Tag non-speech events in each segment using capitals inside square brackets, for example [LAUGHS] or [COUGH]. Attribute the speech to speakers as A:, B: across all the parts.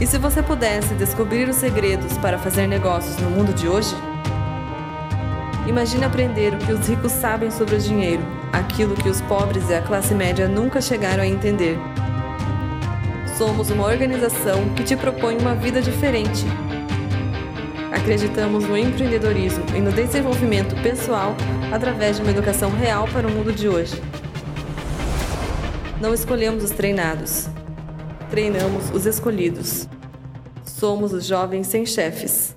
A: E se você pudesse descobrir os segredos para fazer negócios no mundo de hoje? Imagine aprender o que os ricos sabem sobre o dinheiro, aquilo que os pobres e a classe média nunca chegaram a entender. Somos uma organização que te propõe uma vida diferente. Acreditamos no empreendedorismo e no desenvolvimento pessoal através de uma educação real para o mundo de hoje. Não escolhemos os treinados, treinamos os escolhidos. Somos os jovens sem chefes.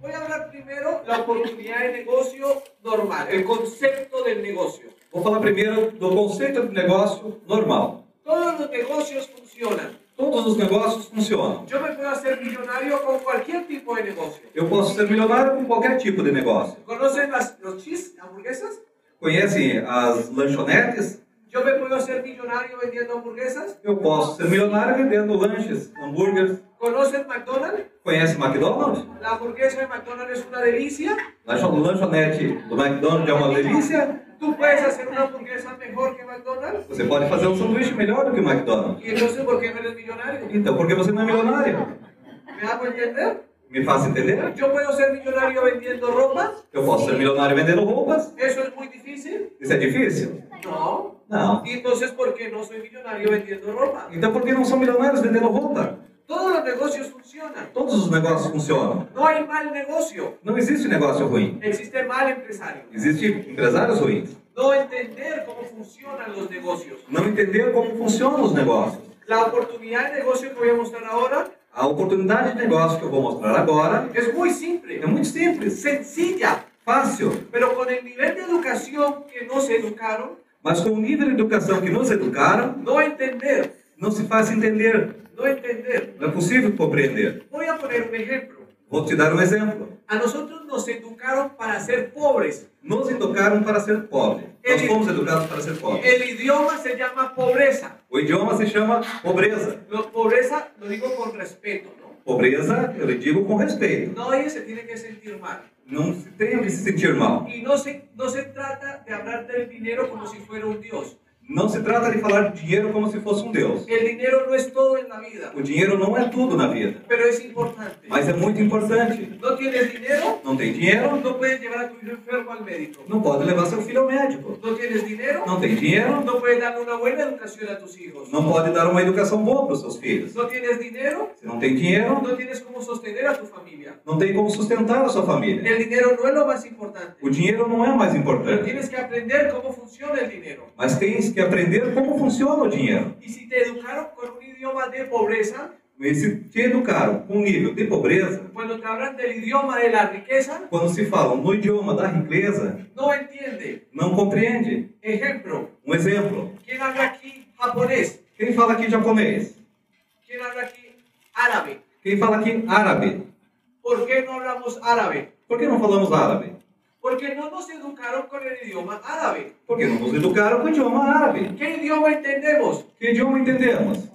B: Voy a hablar primero la oportunidad de negocio normal, el concepto del negocio.
C: Vou falar primeiro do conceito de negócio normal.
B: Todos los negocios funcionan.
C: Todos os negócios funcionam.
B: Yo me puedo hacer millonario con cualquier tipo de negocio.
C: Eu posso ser milionário com qualquer tipo de negócio.
B: ¿Conocen las, los cheese, hamburguesas?
C: Conhecem as lanchonetes?
B: Yo me puedo hacer millonario vendiendo hamburguesas.
C: Eu posso ser milionário vendendo lanches, hambúrgueres.
B: ¿Conocen McDonald's?
C: Conhece McDonald's?
B: La hamburguesa de McDonald's es una delicia.
C: Lancho- Lanchonete do McDonald's é uma delícia.
B: Tú puedes hacer una hamburguesa mejor que McDonald's.
C: Você pode fazer um sanduíche melhor do que o McDonald's.
B: Y entonces, ¿por qué no eres millonario?
C: Então, por que você não é milionário?
B: ¿Me hago entender?
C: Me faz entender?
B: Yo puedo ser millonario vendiendo ropa.
C: Eu posso ser milionário vendendo roupas?
B: ¿Eso es muy difícil?
C: Isso é difícil?
B: No.
C: Não.
B: Y entonces, ¿por qué no soy millonario vendiendo ropa?
C: Então, por que não são milionários vendendo roupa?
B: Todos los negocios funcionan.
C: Todos os negócios funcionam.
B: No hay mal negocio.
C: Não existe negócio ruim.
B: Existe mal empresario.
C: Existe empresários ruins.
B: No entender cómo funcionan los negocios.
C: Não entender como funcionam os negócios.
B: La oportunidad de negocio que voy a mostrar ahora
C: A oportunidade de negócio que eu vou mostrar agora
B: es muy simple,
C: é muito simples,
B: sencilla,
C: fácil,
B: pero con el nivel de educación que nos educaron,
C: mas com o nível de educação que nos educaram,
B: no entender,
C: não se faz entender.
B: no entender.
C: Não é possível compreender.
B: Voy a poner un ejemplo.
C: Vou te dar um exemplo.
B: A nosotros nos educaron para ser pobres.
C: Nos educaram para ser pobre. Nós fomos educados para ser pobre.
B: El idioma se llama pobreza.
C: O idioma se chama pobreza.
B: Lo- pobreza lo digo con respeto, ¿no?
C: Pobreza, eu lhe digo com respeito.
B: Nadie se tiene que sentir mal.
C: Não se tem de se sentir mal.
B: Y no se, no se trata de hablar del dinero como si fuera un dios.
C: Não se trata de falar de dinheiro como se fosse um Deus.
B: El dinero no es todo en la vida,
C: O dinheiro não é tudo na vida,
B: pero es importante.
C: mas é muito importante.
B: No tienes dinero,
C: Não tem dinheiro,
B: no puedes llevar a tu hijo enfermo al médico.
C: não pode levar seu filho ao médico.
B: No tienes dinero,
C: Não tem dinheiro,
B: no puedes darle una buena educación a tus hijos.
C: não pode dar uma educação boa para os seus filhos.
B: No tienes dinero,
C: Se não tem dinheiro,
B: no tienes cómo sostener a tu familia.
C: não tem como sustentar a sua família.
B: El dinero no es lo más importante,
C: O dinheiro não é o mais
B: pero
C: importante,
B: tienes que aprender cómo funciona el dinero.
C: mas tens que aprender como funciona o dinheiro.
B: Y si te educaron con un idioma de pobreza,
C: E se te educaram com um nível de pobreza,
B: cuando te hablan del idioma de la riqueza,
C: quando se falam no idioma da riqueza,
B: no entiende.
C: não compreende.
B: Ejemplo,
C: Um exemplo,
B: ¿quién habla aquí japonés?
C: quem fala aqui japonês?
B: ¿Quién habla aquí árabe?
C: Quem fala aqui árabe?
B: ¿Por qué no hablamos árabe?
C: Por que não falamos árabe?
B: Porque no nos educaron con el idioma árabe.
C: Porque não nos educaram com o idioma árabe.
B: ¿Qué idioma entendemos?
C: Que idioma entendemos?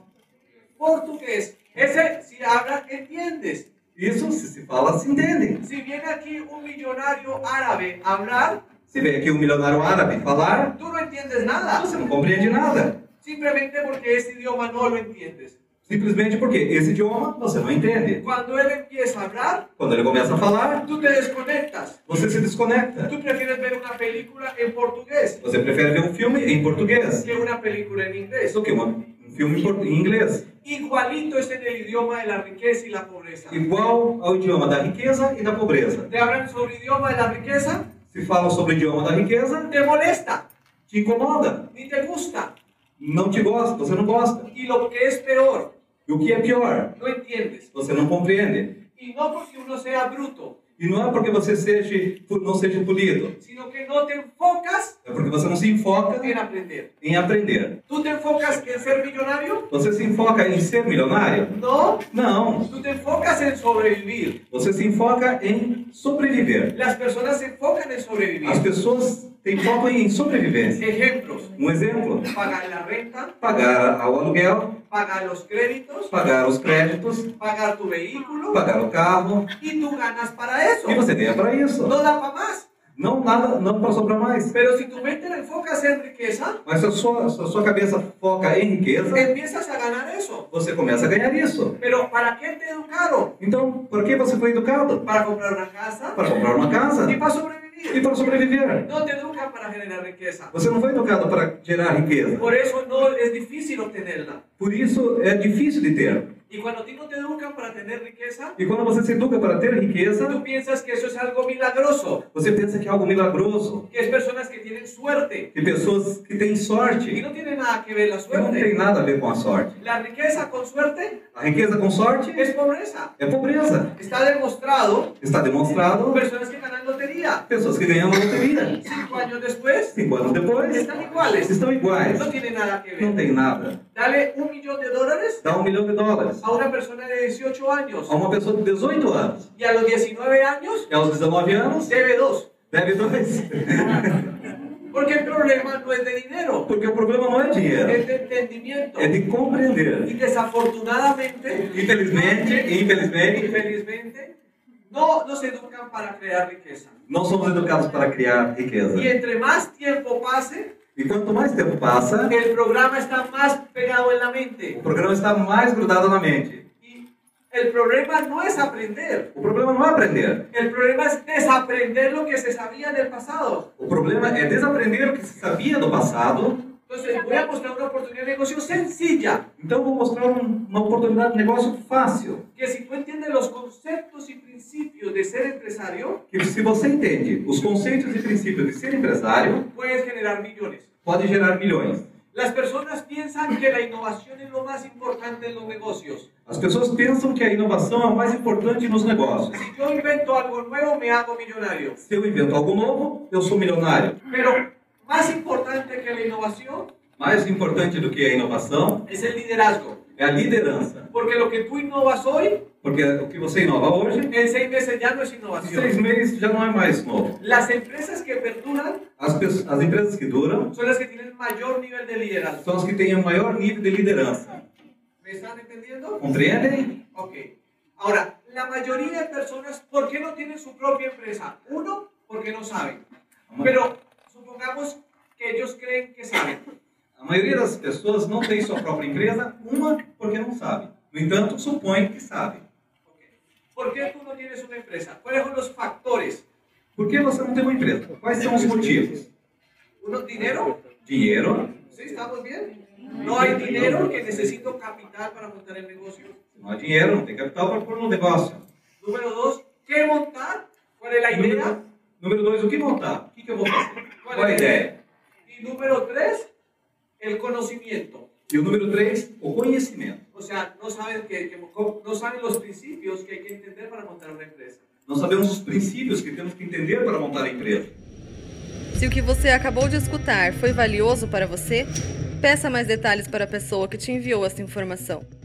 B: Portugués. Ese, si hablas, entiendes.
C: Isso se se fala, se entende.
B: Si viene aquí un millonario árabe a hablar,
C: Se vem aqui um milionário árabe falar,
B: tú no entiendes nada.
C: você não compreende nada.
B: Simplemente porque ese idioma no lo entiendes.
C: Simplesmente porque esse idioma você não entende.
B: Cuando él empieza a hablar,
C: Quando ele começa a falar,
B: tú te desconectas.
C: você se desconecta.
B: Tú prefieres ver una película en portugués
C: Você prefere ver um filme em português
B: que una película en inglês.
C: do que uma- um filme em por- em inglês.
B: Igualito es en el idioma de la riqueza y la pobreza.
C: Igual ao idioma da riqueza e da pobreza.
B: Te hablan sobre el idioma de la riqueza,
C: Se falam sobre o idioma da riqueza,
B: te molesta,
C: te incomoda,
B: ni te gusta.
C: não te gosta, você não gosta.
B: Y lo que es peor,
C: E o que é pior?
B: no entiendes.
C: Você não compreende.
B: Y no porque uno sea bruto,
C: E não é porque você seja, não seja polido,
B: sino que no te enfocas
C: é porque você não se enfoca
B: en aprender.
C: em aprender.
B: ¿Tú te enfocas en ser millonario?
C: Você se enfoca em ser milionário?
B: No.
C: Não.
B: Tú te enfocas en sobrevivir.
C: Você se enfoca em sobreviver.
B: Las personas se enfocan en
C: As
B: sobrevivir.
C: pessoas se enfocam em sobrevivência.
B: Ejemplos.
C: Um exemplo:
B: Pagar la renta,
C: pagar o aluguel,
B: pagar los créditos,
C: pagar os créditos,
B: pagar tu vehículo
C: pagar o carro.
B: y tú ganas para eso.
C: E você ganha para isso.
B: No da para más.
C: Não nada, não para sobrar mais.
B: Pero si tu mente la enfocas en riqueza,
C: Mas se a sua, se a sua cabeça foca em riqueza,
B: empiezas a ganar eso.
C: você começa a ganhar isso.
B: Pero ¿para qué te educaron?
C: Então, por que você foi educado?
B: Para comprar una casa
C: Para comprar uma casa
B: y para sobrevivir.
C: e para sobreviver.
B: No te educan para generar riqueza.
C: Você não foi educado para gerar riqueza.
B: Por eso no es difícil obtenerla.
C: Por isso é difícil de ter.
B: Y cuando a ti no te educan para tener riqueza,
C: E quando você se educa para ter
B: tú
C: riqueza,
B: piensas que eso es algo milagroso,
C: você pensa que é algo milagroso.
B: que es personas que tienen suerte
C: E pessoas que têm
B: y
C: sorte
B: no tiene nada que ver la
C: e não tem
B: suerte.
C: nada a ver com a sorte.
B: La riqueza con suerte
C: A riqueza com sorte
B: es pobreza.
C: é pobreza.
B: Está demostrado
C: Está demonstrado
B: por personas que ganan lotería.
C: pessoas que ganham a loteria.
B: Cinco años después,
C: Cinco anos depois,
B: están iguales.
C: estão iguais.
B: No tiene nada que
C: Não
B: ver.
C: tem nada.
B: Dale un millón de dólares
C: Dá um milhão de dólares
B: a una persona de 18 años
C: a uma pessoa de 18 anos.
B: y a los 19 años
C: E aos 19 É anos,
B: debe dos.
C: deve dois. [LAUGHS]
B: Porque el problema no es de dinero,
C: Porque o problema não é dinheiro,
B: es de entendimiento.
C: é de
B: Y
C: compreender.
B: desafortunadamente,
C: Infelizmente, infelizmente,
B: infelizmente, no nos educan para crear riqueza.
C: não somos educados para criar
B: Y
C: riqueza.
B: entre más tiempo pase,
C: E quanto mais tempo passa,
B: el programa está más pegado en la
C: o
B: mente.
C: programa está mais grudado na mente.
B: Y el problema no es aprender,
C: O problema não é aprender.
B: el problema es desaprender lo que se sabía en el pasado.
C: O problema é desaprender o que se sabia do passado.
B: Entonces, voy a mostrar una oportunidad de negocio sencilla,
C: Então, vou mostrar um- uma oportunidade de negócio fácil.
B: que si tú entiendes los conceptos y principios de ser empresario,
C: que se você entende os conceitos e princípios de ser empresário,
B: puedes generar millones.
C: pode gerar milhões.
B: Las personas piensan que la innovación es lo más importante en los negocios.
C: As pessoas pensam que a inovação é o mais importante nos negócios.
B: Si yo invento algo nuevo, me hago millonario.
C: Se eu invento algo novo, eu sou milionário.
B: Pero más importante que la innovación
C: Mais importante do que a inovação
B: es el liderazgo.
C: é a liderança.
B: Porque lo que tú innovas hoy,
C: Porque o que você inova hoje,
B: en seis meses ya no es
C: em seis
B: innovación.
C: meses já não é mais novo.
B: Las empresas que perduran
C: As, pe- as empresas que duram
B: son las que tienen mayor nivel de liderazgo.
C: são as que têm o maior nível de liderança.
B: ¿Me están entendiendo?
C: Compreendem?
B: Ok. Ahora, la mayoría de personas, ¿por qué no tienen su propia empresa? Uno, porque no saben. Pero supongamos que ellos creen que saben.
C: A maioria das pessoas não tem sua própria empresa, uma porque não sabe. No entanto, supõe que sabe.
B: Ok. ¿Por qué tú no tienes una empresa? ¿Cuáles son los factores?
C: Por que você não tem uma empresa? Quais são os motivos?
B: ¿Uno, dinero?
C: Dinheiro.
B: ¿Sí? ¿Estamos bien? No hay dinero que necesito capital para montar el negocio.
C: Se não há dinheiro, não tem capital para pôr no negócio.
B: Número dos, ¿qué montar? ¿Cuál es la idea?
C: Número, um. número dois, o que montar? O que, que eu vou fazer? Qual é a ideia?
B: Y número tres, el conocimiento.
C: E o número três, o conhecimento.
B: O sea, no saben, que, que- no saben los principios que hay que entender para montar una empresa.
C: Nós sabemos os princípios que temos que entender para montar a empresa.
A: Se o que você acabou de escutar foi valioso para você, peça mais detalhes para a pessoa que te enviou essa informação.